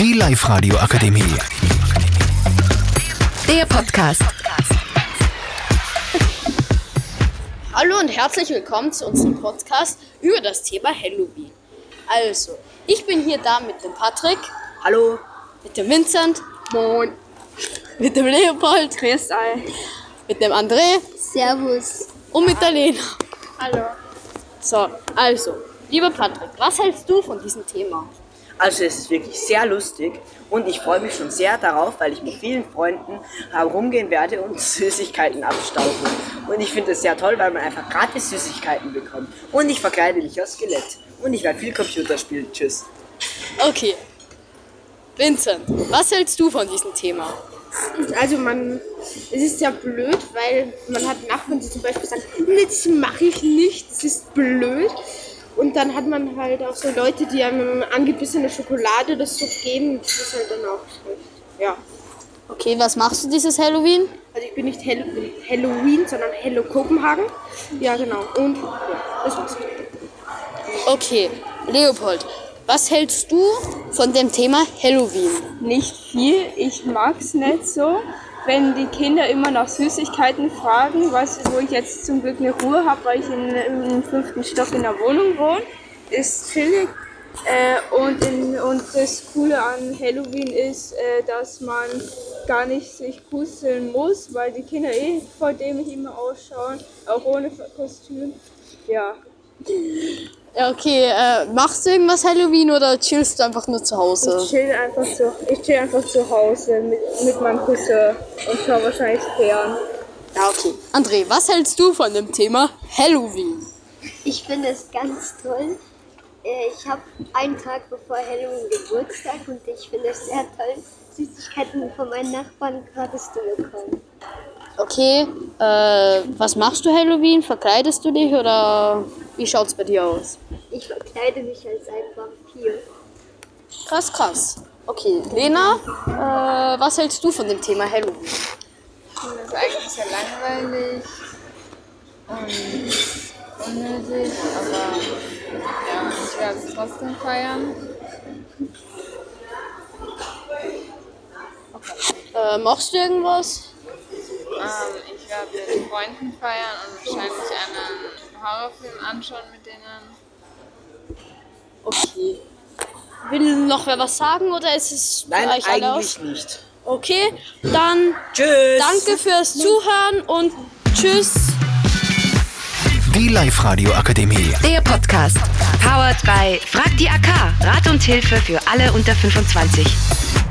Die Live-Radio Akademie. Der Podcast. Hallo und herzlich willkommen zu unserem Podcast über das Thema Halloween. Also, ich bin hier da mit dem Patrick. Hallo. Mit dem Vincent. Moin. Mit dem Leopold. Grüß euch. Mit dem André. Servus. Und mit der Lena. Hallo. So, also, lieber Patrick, was hältst du von diesem Thema? Also es ist wirklich sehr lustig und ich freue mich schon sehr darauf, weil ich mit vielen Freunden herumgehen werde und Süßigkeiten abstauben. Und ich finde es sehr toll, weil man einfach gratis Süßigkeiten bekommt. Und ich verkleide mich als Skelett. Und ich werde viel Computer spielen. Tschüss. Okay. Vincent, was hältst du von diesem Thema? Also man, es ist ja blöd, weil man hat Nachbarn, die zum Beispiel sagen, "Nee, das mache ich nicht, das ist blöd. Und dann hat man halt auch so Leute, die einem angebissene Schokolade oder so geben, das ist halt dann auch schlecht. Ja. Okay, was machst du dieses Halloween? Also ich bin nicht Hell Halloween, sondern Hello Kopenhagen. Ja, genau. Und ja, das war's. Okay, Leopold, was hältst du von dem Thema Halloween? nicht viel. Ich mag's nicht so, wenn die Kinder immer nach Süßigkeiten fragen, was, wo ich jetzt zum Glück eine Ruhe habe, weil ich in, im fünften Stock in der Wohnung wohne. Ist chillig. Äh, und, in, und das Coole an Halloween ist, äh, dass man gar nicht sich kuscheln muss, weil die Kinder eh vor dem ich immer ausschauen, auch ohne Kostüm. Ja. Ja, okay, äh, machst du irgendwas Halloween oder chillst du einfach nur zu Hause? Ich chill einfach zu, ich chill einfach zu Hause mit, mit meinem Cousin und schau wahrscheinlich fern. Ja, okay. André, was hältst du von dem Thema Halloween? Ich finde es ganz toll. Äh, Ich habe einen Tag bevor Halloween Geburtstag und ich finde es sehr toll, Süßigkeiten von meinen Nachbarn gratis zu bekommen. Okay, äh, was machst du Halloween? Verkleidest du dich oder wie schaut's bei dir aus? Ich verkleide mich als ein Vampir. Krass, krass. Okay, Lena, äh, was hältst du von dem Thema Halloween? Das ist eigentlich sehr langweilig und unnötig, aber ja, ich werde es trotzdem feiern. Äh, machst du irgendwas? Ähm, ich werde mit Freunden feiern und wahrscheinlich einen Horrorfilm anschauen mit denen. Okay. Will noch wer was sagen oder ist es für Nein, euch alle aus? eigentlich nicht. Okay, dann Tschüss. danke fürs Zuhören und tschüss. Die Live-Radio Akademie. Der Podcast. Powered by Frag die AK. Rat und Hilfe für alle unter 25.